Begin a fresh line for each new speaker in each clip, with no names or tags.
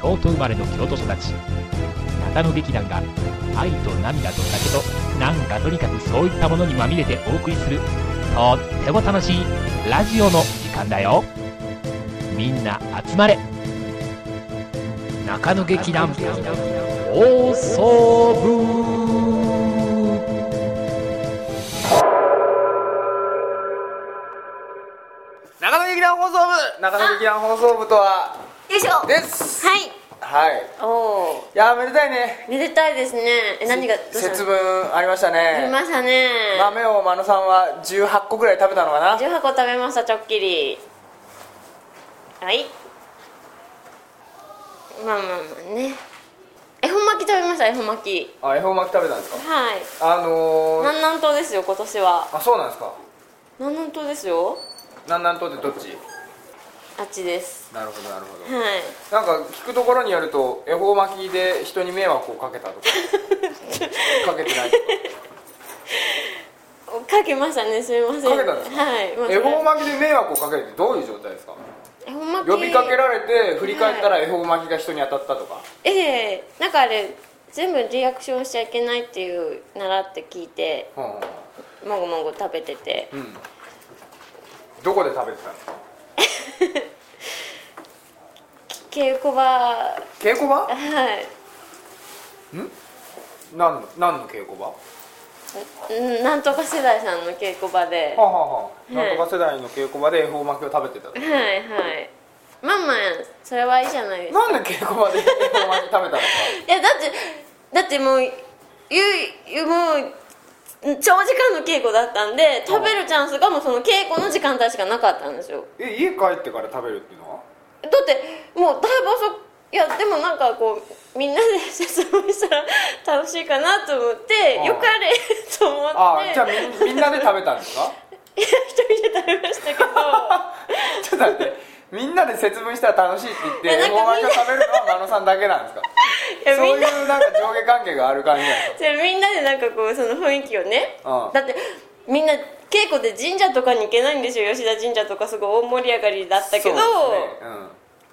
京都生まれの京都育ち中野劇団が愛と涙と酒となんかとにかくそういったものにまみれてお送りするとっても楽しいラジオの時間だよみんな集まれ中野劇団放送部
中野劇団放送部中野劇団放送部とは
よいしょは
です
い
はい
おお
いやーめでたいね
めでたいですねえ何がどうした
節
の
分ありました
食べ
ね
ましたね
豆を真野さんは18個ぐらい食べたのかな
10箱食べましたちょっきりはいまあまあまあね恵方巻き食べました恵方巻き
あ恵方巻き食べたんです
はい
かあのー、
南南東ですよ今年は
あそうなんですか
南南東ですよ
南南東ってどっち
あっちです
なるほどなるほど
はい
なんか聞くところによると恵方巻きで人に迷惑をかけ たとかかけてないと
かけましたねすみません
かけたんですか
はいまあ
か
それ
恵方巻きで迷惑をかけるってどういう状態ですか
恵方巻き
呼びかけられて振り返ったら恵方巻きが人に当たったとか
ええなんかあれ全部リアクションしちゃいけないっていう習って聞いて
うんうん
もごもご食べてて
うんどこで食べてたんですか
稽古場は
稽古場
い
何の何の稽古場は
うんなんとか世代さんの稽古場で
あ、
は
はあはあ、なんとか世代の稽古場で恵方巻きを食べてた
いはいまあまあそれはいいじゃないですか
なんで稽古場で恵方巻き食べたんです
いやだってだってもうゆゆもう長時間の稽古だったんで食べるチャンスがもうその稽古の時間帯しかなかったんですよ
かえ家帰ってから食べるっていうのは
だってもうだいぶ遅くいやでもなんかこうみんなで説明したら楽しいかなと思って
ああ
よかれと思って
ああじゃあみみんなで食べたんですか
いや一人で食べましたけど
ちょっと待ってみんなで節分したら楽しいって言って
いや
恵方
なんか
巻きを食べるのは真野さんだけなんですか
いや
そう
みんな
いうなんか上下関係がある感じなんですか
じゃあみんなでなんかこうその雰囲気をね
ああ
だってみんな稽古で神社とかに行けないんですよ吉田神社とかすごい大盛り上がりだった
そ
けど、
うですねうん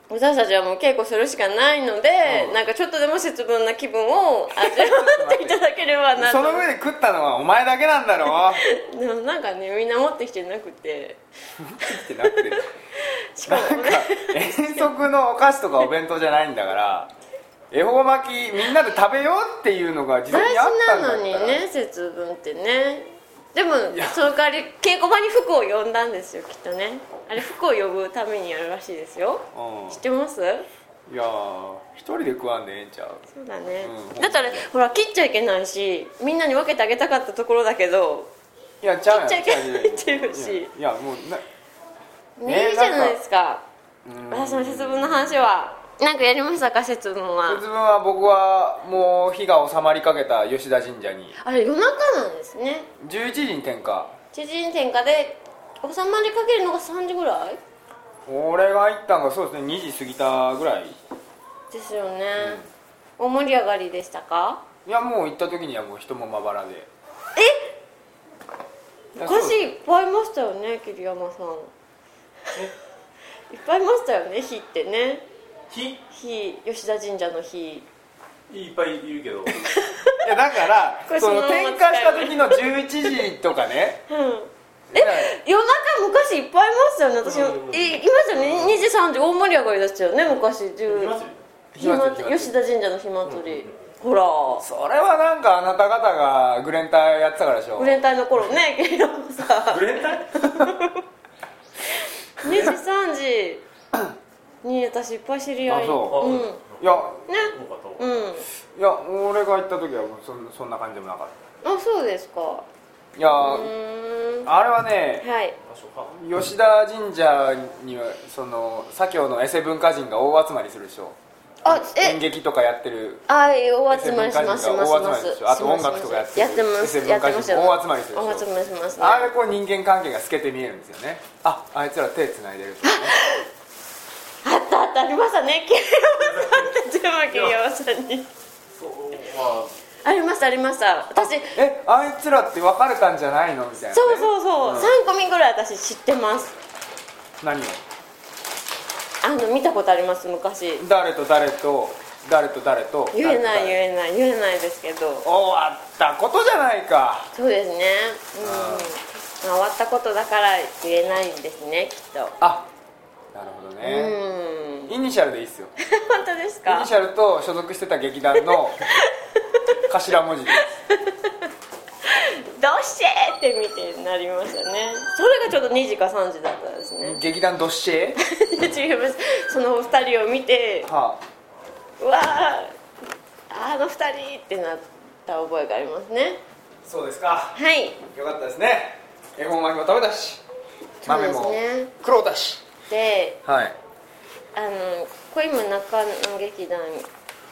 私たちはもう稽古するしかないので、
うん
なんかちょっとでも節分な気分を味わっていただければなと
その上で食ったのはお前だけなんだ ろう
でもなんかねみんな持ってきてなくて
ってなくて
しか
なんか
もね
遠足のお菓子とかお弁当じゃないんだから恵方巻きみんなで食べようっていうのが事前
大
にあったん
事
だ
な
った
のに
ら
ね節分ってねでも
いや
その代わり稽古場に服を呼んだんですよきっとねあれ服を呼ぶためにやるらしいですよ
うん
知ってます
いやー一人で食わんでええんちゃう
そうだね、
うん
だったらほら切っちゃいけないしみんなに分けてあげたかったところだけど
いやちゃうやん
切っちゃいけない
ちゃ
って言うし
いやいやもうな
ね
ね
いいじゃないですか
うん
私の節分の話はなんかやりましたか節分は
節分は僕はもう火が収まりかけた吉田神社に
あれ夜中なんですね
11時に点火
知人点火で収まりかけるのが3時ぐらい
俺が行ったんがそうですね2時過ぎたぐらい
ですよね、大盛り上がりでしたか
いやもう行った時にはもう人もまばらでえ
お菓子いっぱいいましたよね桐山さんいっぱいいましたよね火ってね
火
火吉田神社の火
いっぱいいるけど
いやだから
これ
その
そのまま
転換した時の11時とかねえ
夜中昔いっぱいいましたよね私
うん
いいましたよね2時3時大盛り上がりでしたよね昔10
いますよ
火祭
火祭り火祭
り
り
吉田神社の火祭り、ほら
それはなんかあなた方がグレンタやってたからでしょ
グレン隊の頃ね桐山さん
ブレンタイ
2時3時に私いっぱい知り合い
あそ
うん
いや
ね
多かった
うん
いや俺が行った時はもうそんそんな感じでもなかっ
あそうですか
たいや
うーん
あれはね
はい
吉田神社にはその左京のエセ文化人が大集まりするでしょ
あ
演
え
劇とかやってる
あお集まりしますし
文化人が
ますし
大
ま
集まり
す
でしょあと音楽とかやってる
やってます
エセ文
やって
化人
ますよ
大集まりするでしょ
大集まりしますね
あれこう人間関係が透けて見えるんですよねああいつら手つないでるっていうね
あったあったありましたね桐山さんって全部桐山さんに
そうまあ
ありましたありました私
えあいつらって別れたんじゃないのみたいなね、
そうそうそう、
ん
三3組ぐらい私知ってます
何を
ああの見たことあります昔
誰と誰と誰と誰と
言えない言
え
えない言えないですけど
終わったことじゃないか
そうですねう
あ
んまあ終わったことだから言えないんですねきっと
あなるほど
う
ね、
ん
イニシャルでいいっすよイ
本当ですか
ニシャルと所属してた劇団の 頭文字
どうしてって見てなりましたねそれがちょっと2時か3時だったんですね
劇団どっしえ
違いますそのお二人を見て
は
うわああの二人ってなった覚えがありますね
あそうですか
はい
よかったですね恵方巻きも食べたし
そう
豆
ですね
も苦労だし
で
はい
あのこれ今中野劇団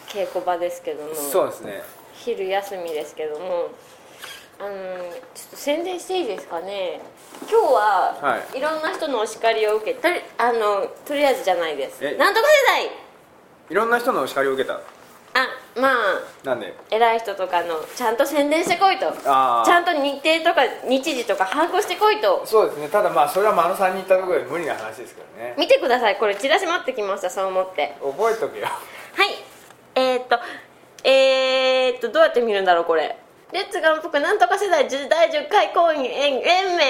稽古場ですけども
そうですね
昼休みですけどもあのちょっと宣伝していいですかね今日は、、
はい
ろんな人のお叱りを受けとりあのとりあえずじゃないです
え
なんとか世代
いろんな人のお叱りを受けた
あまあ
なんで
偉い人とかのちゃんと宣伝してこいとち
あー
ゃんと日程とか日時とか把握してこいと
そうですねただまあそれは丸さんに言ったところで無理な話ですけどね
見てくださいこれチラシ持ってきましたそう思って
覚えとけよ
はいえー、っとえー、っとどうやって見るんだろうこれ「レッツガンポクなんとか世代10第10回公演連盟」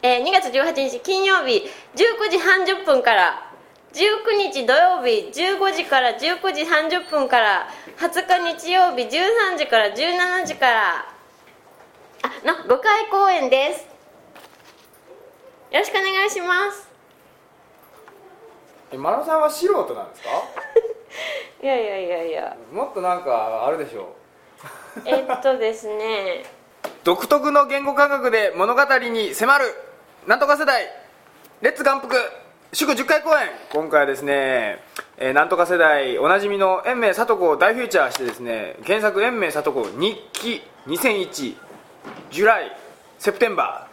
えー、2月18日金曜日19時30分から19日土曜日15時から19時30分から20日日曜日13時から17時からあの5回公演ですよろしくお願いします
え丸さんは素人なんですか
いやいやいやいや
もっとなんかあるでしょ
えーっとですね
う独特の言語感覚で物語に迫るなんとか世代レッツ眼福祝10回公演今回はですね、えーなんとか世代おなじみの延命聡子を大フューチャーしてですね原作「延命聡子日記2001ジュライセプテンバ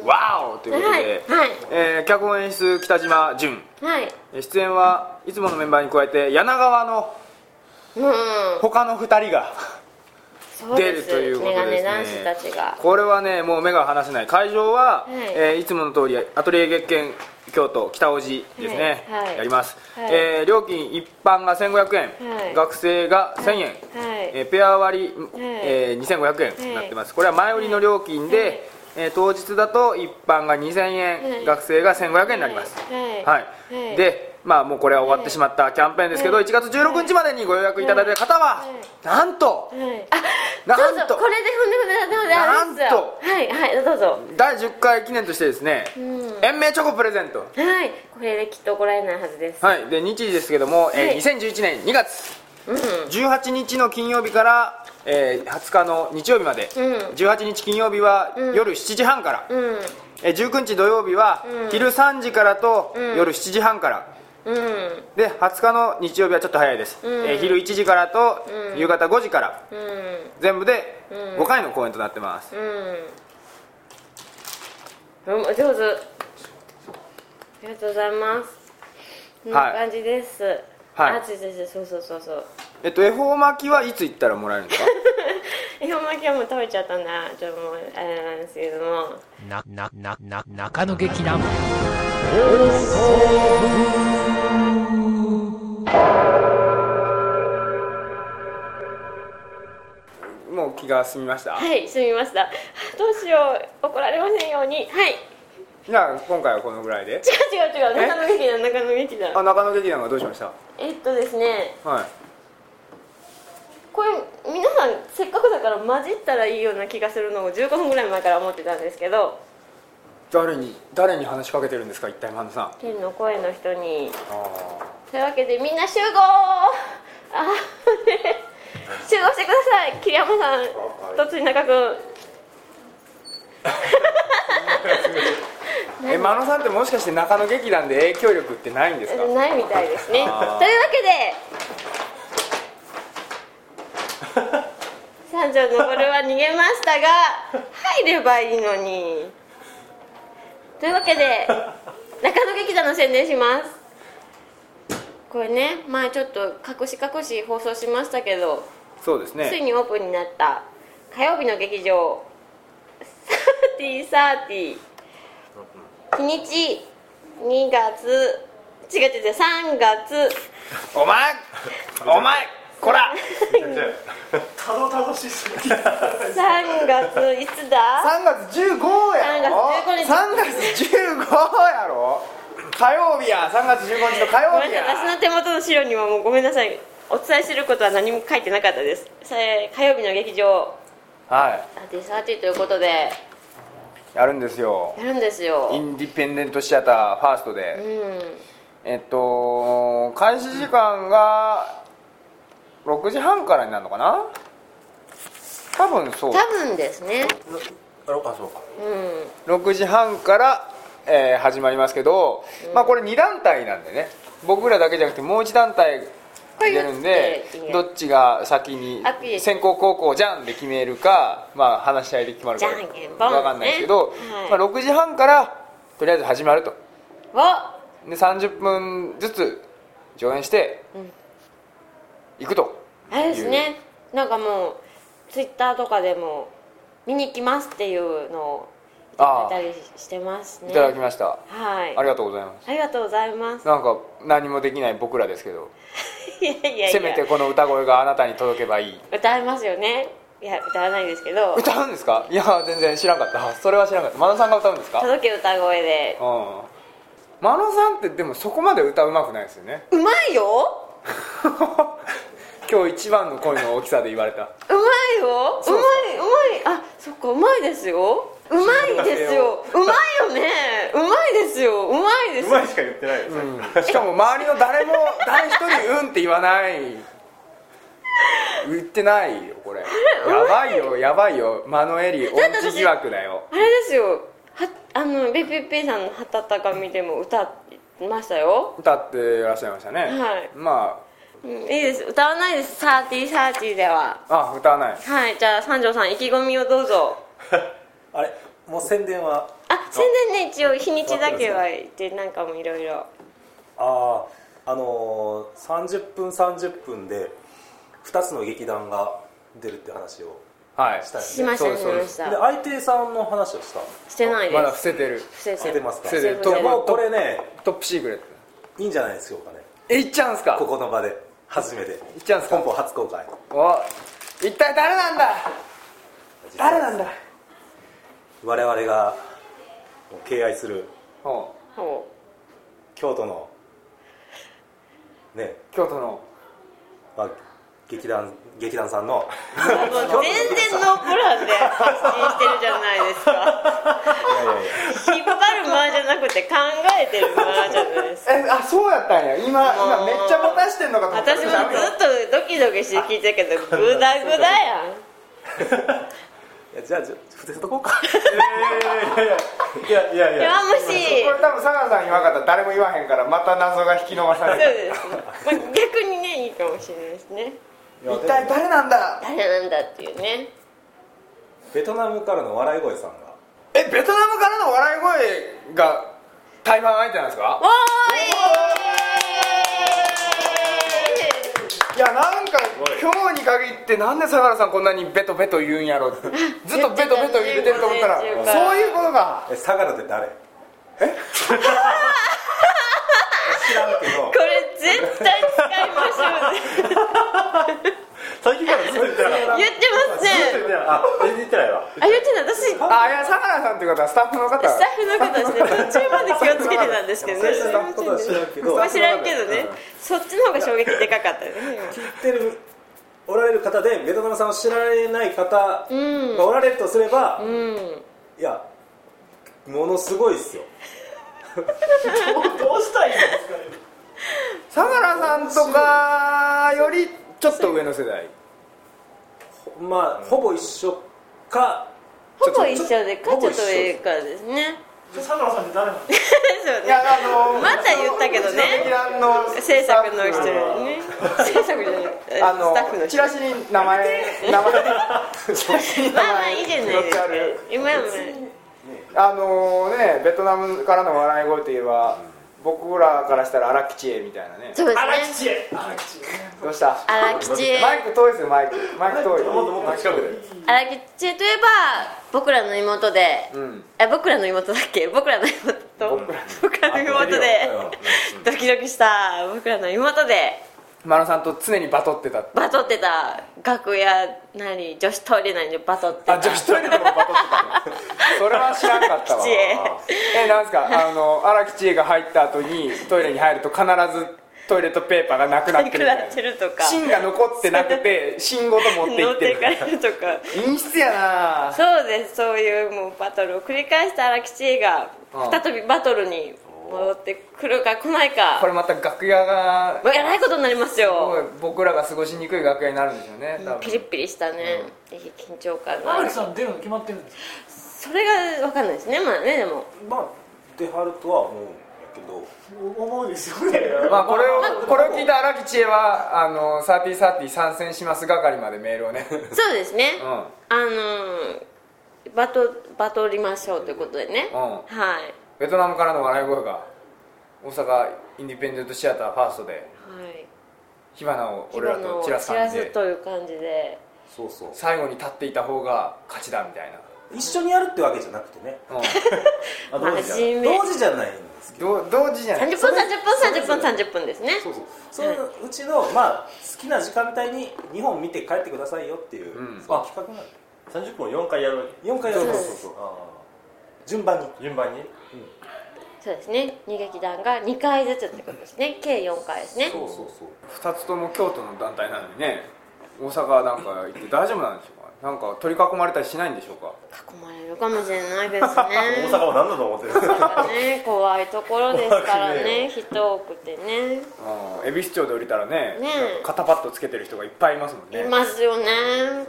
ー」ワオということで、
はいはい
えー脚本演出北島純
はい
出演はいつものメンバーに加えて柳川の
うん
他の2人が
そう
出
で
る
す
ということ
メ
です
ガネ男子た
ね
ちが
これはねもう目が離せない会場は、
い
いえーいつもの通りアトリエ月見京都北大路ですね、
はいはい
やります、
はい
えー料金一般が1500円、
はい
学生が1000円、
はい
えーペア割、えー2500円になってます、これは前売りの料金で、
はい
えー当日だと一般が2000円、
はい
学生が1500円になります、
はい
はい
はい
でまあもうこれは終わってしまったキャンペーンですけど、
はい
1月16日までにご予約いただいた方は、
はい
なんと
はいあ
なんと
どうぞこれでほんでほんでほんでほんであれですよはいはいどうぞ
第10回記念としてですね、
ん
延命チョコプレゼント
はいこれできっと怒られないはずです
はいで日時ですけども、えー
はい
2011年2月
うん
18日の金曜日から、えー20日の日曜日まで、
うん
18日金曜日は
うん
夜7時半から、
うん
えー19日土曜日は
うん
昼3時からと
ん
夜7時半から、
うん
で20日の日曜日はちょっと早いです、
うん
えー昼1時からと
うん
夕方5時から
うん
全部で
うん
5回の公演となってます、
うんうん上手ありがとうございますこんな感じです
はい
あついついついそうそうそうそう
えっと恵方巻きはいつ行ったらもらえるんですか
恵方巻きはもう食べちゃったんだちょっともうあれなんですけども
な、な、な、な、中野劇団。
もう気が済みました、
はい、すみました。どうしよう、怒られませんように。はい。
じゃあ今回はこのぐらいで
違う違う違う、
え
中野劇団、中野劇
あ
団。
中野劇団はどうしました
えっとですね、
はい
これ、皆さん、せっかくだから混じったらいいような気がするのを15分ぐらい前から思ってたんですけど、
誰に誰に話しかけてるんですか一体マンさんあ
天の声の人に。
あ
というわけで、みんな集合あ集合してください、桐山さん、とつい中君。
えマ野さんってもしかして中野劇団で影響力ってないんですか
ないみたいですねという
あー
わ けで三条のぼるは逃げましたが入ればいいのにというわけで中野劇団の宣伝しますこれね前ちょっと隠し隠し放送しましたけど
そうです
つい
ね
にオープンになった火曜日の劇場3030日にち2月違う違う違う3月
お 前お前こら
たどたどしすぎ
3月いつだ
3月15やろ
3
3
月
月15やろ火曜日や3月15日の火
ご
曜
め
日
んな
や
さい私の手元の資料にはもうごめんなさいお伝えすることは何も書いてなかったですそれ火曜日の劇場
は
デサーティということで
いやるんですよ
やるんですよ
インディペンデントシアターファースト
う
で、
ん
えっと開始時間が6時半からになるのかな多分そう
多分ですね
ああそうか
うん
6時半から、えー始まりますけど、まあこれ2団体なんでね僕らだけじゃなくてもう1団体出るんで
これやっていいね
どっちが先に
アピール
先行後攻じゃんで決めるか、まあ、話し合いで決まるか
じゃんけんぽん
分かんないですけど、
ね
まあ、
はい
6時半からとりあえず始まると
わ
で30分ずつ上演して
うん
行くと、
あれですねなんかもうツイッターとかでも見に来ますっていうのをいただいたりしてますね
いただきました
はい
ありがとうございます
ありがとうございます
なんか何もできない僕らですけど
いやいやいや
せめてこの歌声があなたに届けばいい
歌いますよねいや歌わないですけど
歌うんですかいや全然知らんかったそれは知らんかった真野さんが歌うんですかうん
届け歌声で
真野さんってでもそこまで歌うまくないですよね
うまいよ
今日一番の声の大きさで言われた
うまいよう
そうそう
まいうまいあそっかうまいですようまいですようまいよねうまいですようまいです
う
よ
まいしか言ってないですね
しかも周りの誰も誰一人「うん」って言わない言ってないよこれやばいよやばいよ間のエリ音
だって
痴
私
疑惑だよ
あれですよはあのベピッピさんの「はたたかみ」でも歌ってましたよ、
歌ってらっしゃいましたね
はい
ま
うん、いいです歌わないですサーティーサーティーでは
ああ歌わない
はいじゃあ三条さん意気込みをどうぞ
あれもう宣伝は
あ宣伝ね一応日にちだけは言ってなんかもいろいろ
あああのー、30分30分で2つの劇団が出るって話を
はい
したよね
しましたねし
そう
ま
です
し
で
た
相手さんの話をした
してないで
まだ伏
す
せてる
伏せ
知ってますか
伏せてる
いや
トッ
もうこれね
トップシークレット
いいんじゃないですかね
えいっちゃうんすか
ここの場で初めて
いっちゃうんすか
本邦初公開
お一体誰なんだ誰なんだ
我々が敬愛する
お
ほ
京都のね
京都の
まあ、劇団劇団さんの
うあもう全然ノープランで発信してるじゃないですか
いやいやいや
引っ張る間じゃなくて考えてる間じゃないですか
えあそうやったんや今今めっちゃ持たしてんのかと思った
私もずっとドキドキして聞いてたけどグダグダやん
いやじゃあじゃあ伏せとこうかいやいやいやいやいや
弱虫
これ多分佐賀さん言わんかったら誰も言わへんからまた謎が引き伸ばさ
そう
れる
です、まあ、逆にねいいかもしれないですね
や
一体誰なんだ
誰なんだっていうね
ベトナムからの笑い声さんが
えベトナムからの笑い声が台湾相手なんです
お
か
ー
いやなんか今日に限ってなんで相良さんこんなにベトベト言うんやろってずっとベトベト言ってると思ったら
言ってた
そういうことか
え相良って誰え 知らんけど
いこれ絶対使いましょうね
最近からずっと言ってなかっ
言ってますね
てないあ全然言ってないわ
あ言ってない私スタ
あいや相良さんっていう方はスタッフの方
ッフの方ですね途中まで気をつけてたんですけどね
最初のことは知らんけど
知らんけどねそっちの方が衝撃でかかったね
聞いてるおられる方でベトナムさんを知られない方が
ん
おられるとすれば、
今うん
いやものすごいっすよどうどうしたらいいんですかね
相良さんとかよりちょっと上の世代
まあほぼ一緒か
ほぼ一緒でかちょっ
ほぼ
と
一緒
上からですね
佐野さんって誰なの
ですよ
いや
ね
あの
また言ったけどね
うちの劇団の
制作の人
ス
よりね制作じゃないえ
タッフあの
スタッフの
チ
人
ラシに名前名前チラシに名前
まあまあいいじゃ な
載
いで
っ
す
て
か
ある
今は
あのねベトナムからの笑い声といえば僕らからしたら荒吉絵みたいなね
そうですね
知恵
どうした
荒吉
マイク遠いですよマイクマイク遠い
もっともっと近くで
荒吉といえば僕らの妹で、
うん
え僕らの妹だっけ僕らの妹と
僕らの
僕らの妹で
あ
ドキドキした僕らの妹で
マロさんと常にバトってたって
バトってた楽屋なり女子トイレなりでバトってた
あ女子トイレでもバトってたの それは知らんかったわ
吉江
えなんすかあの荒木千恵が入った後にトイレに入ると必ずトイレットペーパーがなくなってるみたい
なくなってるとか
芯が残ってなくて芯ごと持ってい
乗
っ
ってて
る
かれるとか
陰湿やな
そうですそういうもうバトルを繰り返した荒吉恵が
うん
再びバトルに戻ってくるか来ないか
これまた楽屋が
えらいことになりますよ
僕らが過ごしにくい楽屋になるんでしょうね多分
ピリピリしたね、ぜひ緊張感があ
荒
る
木さん出るの決まってるんですか
それが分かんないですねまあねでも
まあ出はるとは思うんやけど
思うですよね
まあこれをこれを聞いた荒木千恵はあの3030参戦します係までメールをね
そうですね、
うん
あのーバトバトりましょうということでね、
うん
はい
ベトナムからの笑い声が大阪インディペンデントシアターファーストで
はい
火花を俺らと散らす
散ら
感じ
す
で
という感じで
そうそう
最後に立っていた方が勝ちだみたい な、
一緒にやるってわけじゃなくてね
う
あ同時じ
真
ゃ
面目
同時じゃないんですけ
ん、
ど
どう同時じゃない
30分30分30分30分ですね
そうそうそのうちの、まあ、好きな時間帯に2本見て帰ってくださいよっていう、
うん
そういう企画なんで
30分を4回やるわけ
4回やるんです
そうそうそうあ
順番に
ー順番に
そうですね二劇団が2回ずつってことですね計4回ですね
そうそうそう
2つとも京都の団体なのにね大阪はなんか行って大丈夫なんでしょうかなんか取り囲まれたりしないんでしょうか
囲まれるかもしれな いですね
大阪は何だと思ってる
ね怖いところですからね人多くてね
うん恵比寿町で降りたらね
ねえ
肩パッドつけてる人がいっぱいいますもんね
いますよね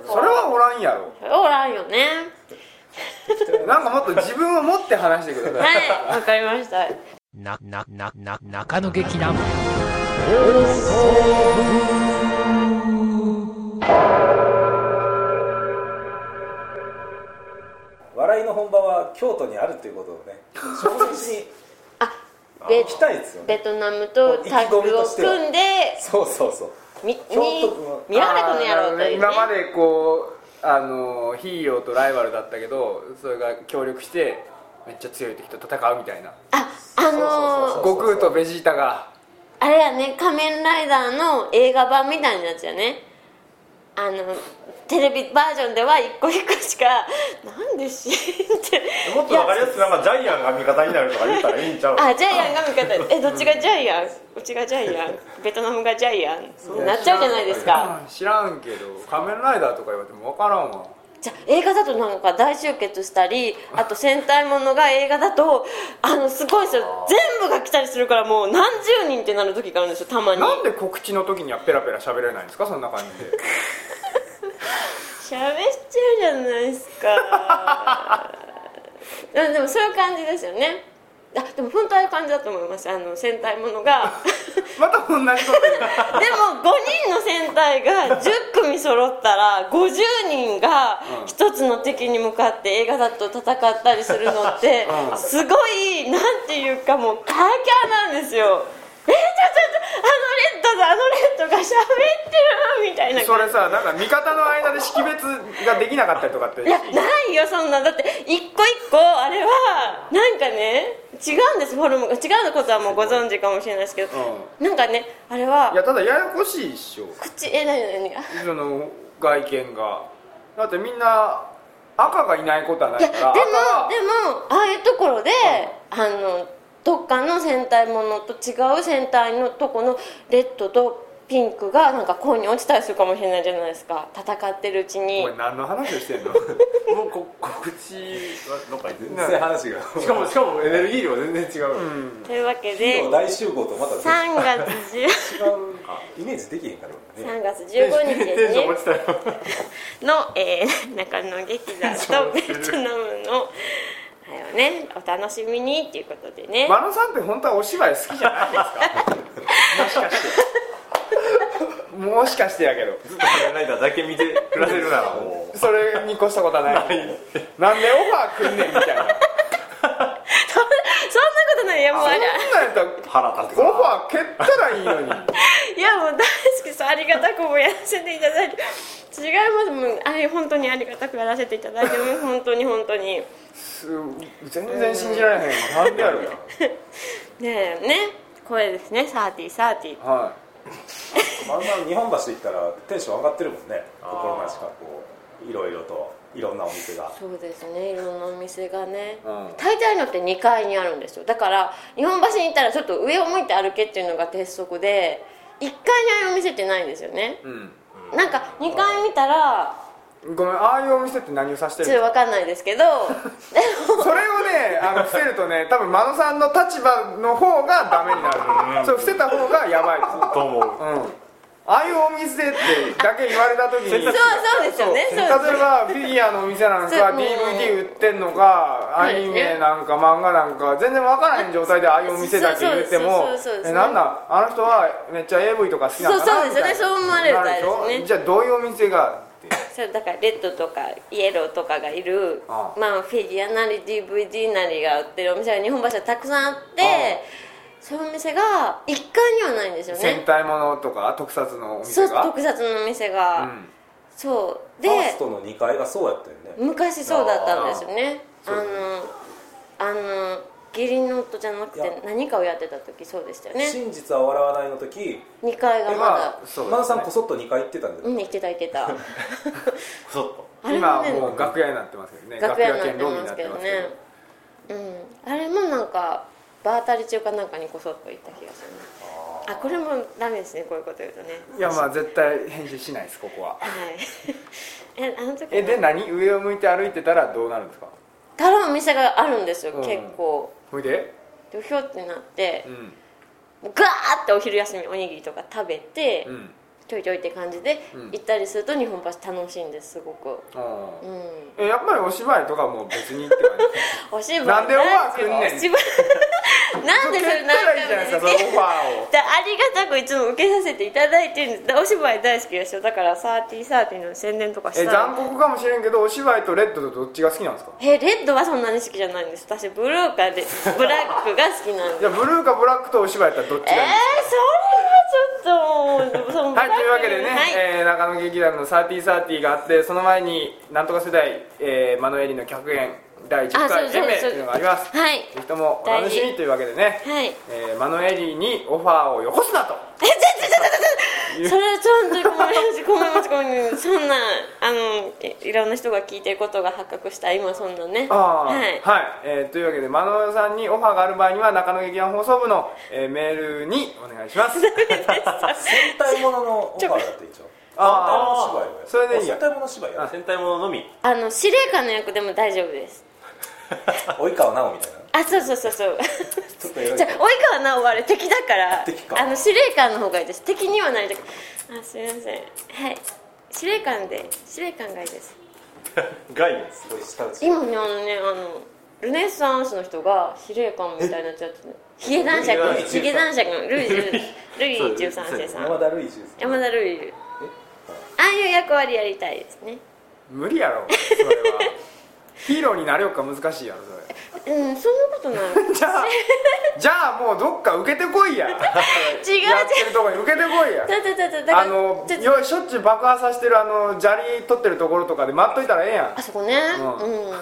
それはおらんやろ
それはおらんよ ね
なんかもっと自分を持って話してください
はいわかりま した
な、な、な、な、中野劇団。
笑いの本場は京都にあるっていうことをね正直に
ベ
行きたいですよ
ベ
ね
トナムとタッグを組んで
そうそうそう
み
ちょっ
み
とこう
見られこの野郎というね
今までこうあのヒーローとライバルだったけどそれが協力してめっちゃ強い敵と戦うみたいな
ああのー
そうそうそう
悟空とベジータが
あれやね「仮面ライダー」の映画版みたいなやつやねあのテレビバージョンでは一個一個しかなんでしーって
もっと分かりやすくなんかジャイアンが味方になるとか言ったらいいんちゃう
あジャイアンが味方えどっちがジャイアンうちがジャイアンベトナムがジャイアンってなっちゃうじゃないですか
うん知らんけど仮面ライダーとか言われても分からんわ
じゃあ映画だとなんか大集結したりあと戦隊ものが映画だとあのすごいですよ全部が来たりするからもう何十人ってなる時があるんですよたまに
なんで告知の時にはペラペラ喋れないんですかそんな感じで
喋っちゃうじゃないですかうんでもそういう感じですよねあでも本当はああいう感じだと思いますあの戦隊ものが
また同じこと言う
でも5人の戦隊が10組揃ったら50人が一つの敵に向かって映画だと戦ったりするのってすごいなんていうかもうカーキャーなんですよえちょちょちょあのレッドだあのレッドが喋ってるみたいな
それさなんか味方の間で識別ができなかったりとかって
いやないよそんなだって一個一個あれはなんかね違うんですフォルムが違うことはもうご存知かもしれないですけど、なんかねあれはい
やただややこしいっしょ
口え何何何
その外見がだってみんな赤がいないことはない
いや
か
でもで
ら
も
赤は
ああいうところで、あのどっかの戦隊ものと違う戦隊のとこのレッドとピンクがなんか恋に落ちたりするかもしれないじゃないですか戦ってるうちに
お前何の話をして んの
もうこ告知はどっか行って
全然話が
しかもしかもエネルギー量全然違う、
というわけで
今日大集合とまた全
3月10
然イメージできへんからね
3月15
テンショ
日
ン
で
テ
す
ンション
ね
落ちたよ
の、えー 中野劇団とベトナムのあれをねお楽しみにっていうことでね、
マロさんって本当はお芝居好きじゃないですか もしかしてもしかしてやけど
ずっと仮面ライダーだけ見て暮らせるならもう
それに越したことはないなんでオファーくんねんみたいな
そんなそんなことないいやもう
そん
あれ
なんやったら
腹立つ
オファー蹴ったらいいのに
いやもう大好きですありがたくもやらせていただいて違いますもうあれ本当にありがたくやらせていただいてもう本当に本当にね
す全然信じられへん
なんでやろうな
えねこれですねサーティーサーティー
は
まんま日本橋行ったらテンション上がってるもんね心なしかこういろいろといろんなお店が
そうですねいろんなお店がね、
うん
大体のって2階にあるんですよだから日本橋に行ったらちょっと上を向いて歩けっていうのが鉄則で1階にああいうお店ってないんですよね
い、うん
なんか2階見たら
ごめんああいうお店って何を指して
ち
る
ょ
の
っと分かんないですけど
それをねあの伏せるとね多分真野さんの立場の方がダメになるそれ伏せた方がやばいです
と思う
うんああいうお店ってだけ言われた時に
そうそうですよね
例
そう
え
ですよね
ばフィギュアのお店なんか
そう
DVD 売ってんのかアニメなんか漫画なんか全然わからへん状態でああいうお店だけ言っても
そうそうそうそうそうそ
え
う
なんだあの人はめっちゃ AV とか好きなんだ
そうそう
な
ですよね
みたいな
そう思われるからですね
なでしょじゃあどういうお店がって
そうだからレッドとかイエローとかがいる
ああ
まあ、フィギュアなり DVD なりが売ってるお店が日本橋はたくさんあって
ああ
そのお店が1階にはないんですよ
戦
ね
隊ものとか特撮のお
そ
店
う
が
特撮のお店
う
が、
ん
そ
フ
うで
ァーストの2階がそうやったよね
昔そうだったんですよねあのあの義理の夫じゃなく
いや
て何かをやってた時そうでしたよね
真実は笑わないの時
2階がまだ
今そう
真
です
田さ
ね
んこそっと2階行ってたんだよ
うん行ってた行って た
こそっと
あれ
今
も
は
ね
もう楽屋になってますけどね
楽屋になって
楽屋兼ロビーに
ま
な
す
って
けど
ます
ね
けど
うん、あれもなんか場当たり中かなんかにこそっと行った気がするなあこれもダメですねこういう こと言うとね
いやまあ絶対編集しないですここは
はいえあの時
えで何上を向いて歩いてたらどうなるんですか
たらお店があるんですよ、
うん
結構
ほいで
でひょってなって
う、ん
もうガーってお昼休みおにぎりとか食べて、
うん
ちょいちょいって感じで
うん
行ったりすると日本橋楽しいんですすごく
うん
うん
えやっぱりお芝居とかも別にって感じ
お芝居
なんでオファー来んねん
お芝居 なんでそれ
受けたらいい
何
じゃないです
回
か
も
そのオ
言って
ファ ーを
だありがたくいつも受けさせていただいてるんですお芝居大好きですよだからサーティーサーティーの宣伝とかし
え
た
残
ら
酷かもしれんけどお芝居とレッドとどっちが好きなんですか
えレッドはそんなに好きじゃないんです私ブルーかでブラックが好きなん
じ
で
ゃあブルーかブラックとお芝居やったらどっち
え
がいい
ー、それはちょっともうそのブ
はい、
ラック
というわけでね、
はい
えー中野劇団の3030があってその前になんとか世代、えー、マノエリの客演第10
あそう
回
で
演
す
名と
そうです
いうのがあります
はい
ぜひともお楽しみというわけでね、
はい
えーマノエリにオファーをよこすなと
え、ちょちょちょちょちょちょそれはちょっと困ります困ります困りますそんなあのいいろんな人が聞いてることが発覚した今そんなね
あー
はい
はいえーというわけでマノエさんにオファーがある場合には中野劇団放送部の、えーメールにお願いし ます
戦隊もののオファーだって一応
あーそ
戦
れ
隊もの芝居をやる
でいいや
戦
戦隊
隊もの芝居や
もののみ
あの司令官の役でも大丈夫です
る及川奈緒みたいな
あそうそうそうそう
ちょっとエロい
じゃあ及川直はあれ敵だから
敵か
あの司令官の方がいいです敵にはなりたくあすみませんはい司令官で司令官がいいです
ガイです
すごい下打ち
今ねあのねあのルネッサンスの人が司令官みたいなやつやってるヒゲ男爵
ルイ
ヒゲ男爵のル イルイ
そう
13世さん
山田ルイジです
山田ルイルああいう役割やりたいですね
無理やろそれはヒーローになれよっか難しいやろそれ
うんそんな ことない
じゃあじゃあもうどっか受けてこいや
違う違う
やってるとこに受けてこいや
だだだだだから
あの
ちょっと
よしょっちゅう爆破させてるあの砂利取ってるところとかで待っといたらええや
あそこね
う
うん、
ん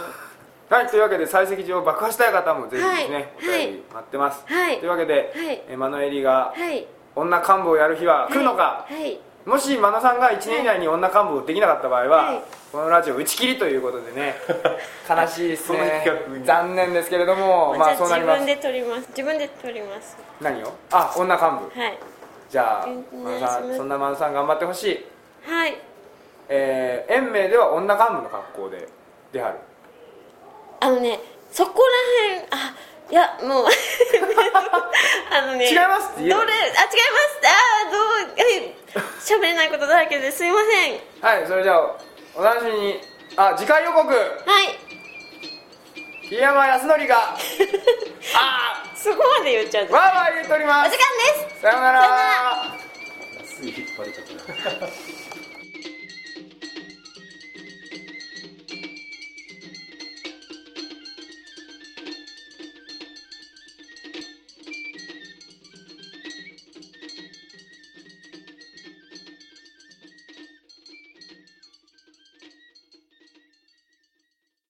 はいというわけで採石場を爆破したい方もぜひですね、
はい
お便り待ってます、
はい
というわけで、
い
えーマノエリが
はい
女幹部をやる日は来るのか、
はい
もしマノさんが1年以内に女幹部をできなかった場合は、
はい
このラジオ打ち切りということで ね悲しいです
その
ね
企画に
残念ですけれどもまあ
じ
そう
ゃ
な
あ
ります
自分で撮ります自分で撮ります
何をあ女幹部
はい
じゃあ
お
マ
願
ノ
いします
さんそんなマノさん頑張ってほしい
はい
えー、延命では女幹部の格好で出はる
あのねそこらへんあいやもう あのね
違いますって言えば
どれあ違いますあーどうはい喋れないことだらけですいません
はいそれじゃあお楽しみにあ次回予告
はい
檜山康則が あ
そこまで言っちゃう
ー
と
わーわー言うとり
お
ます
時間です
さような
さようなら
ら
つい引っ張りたくなる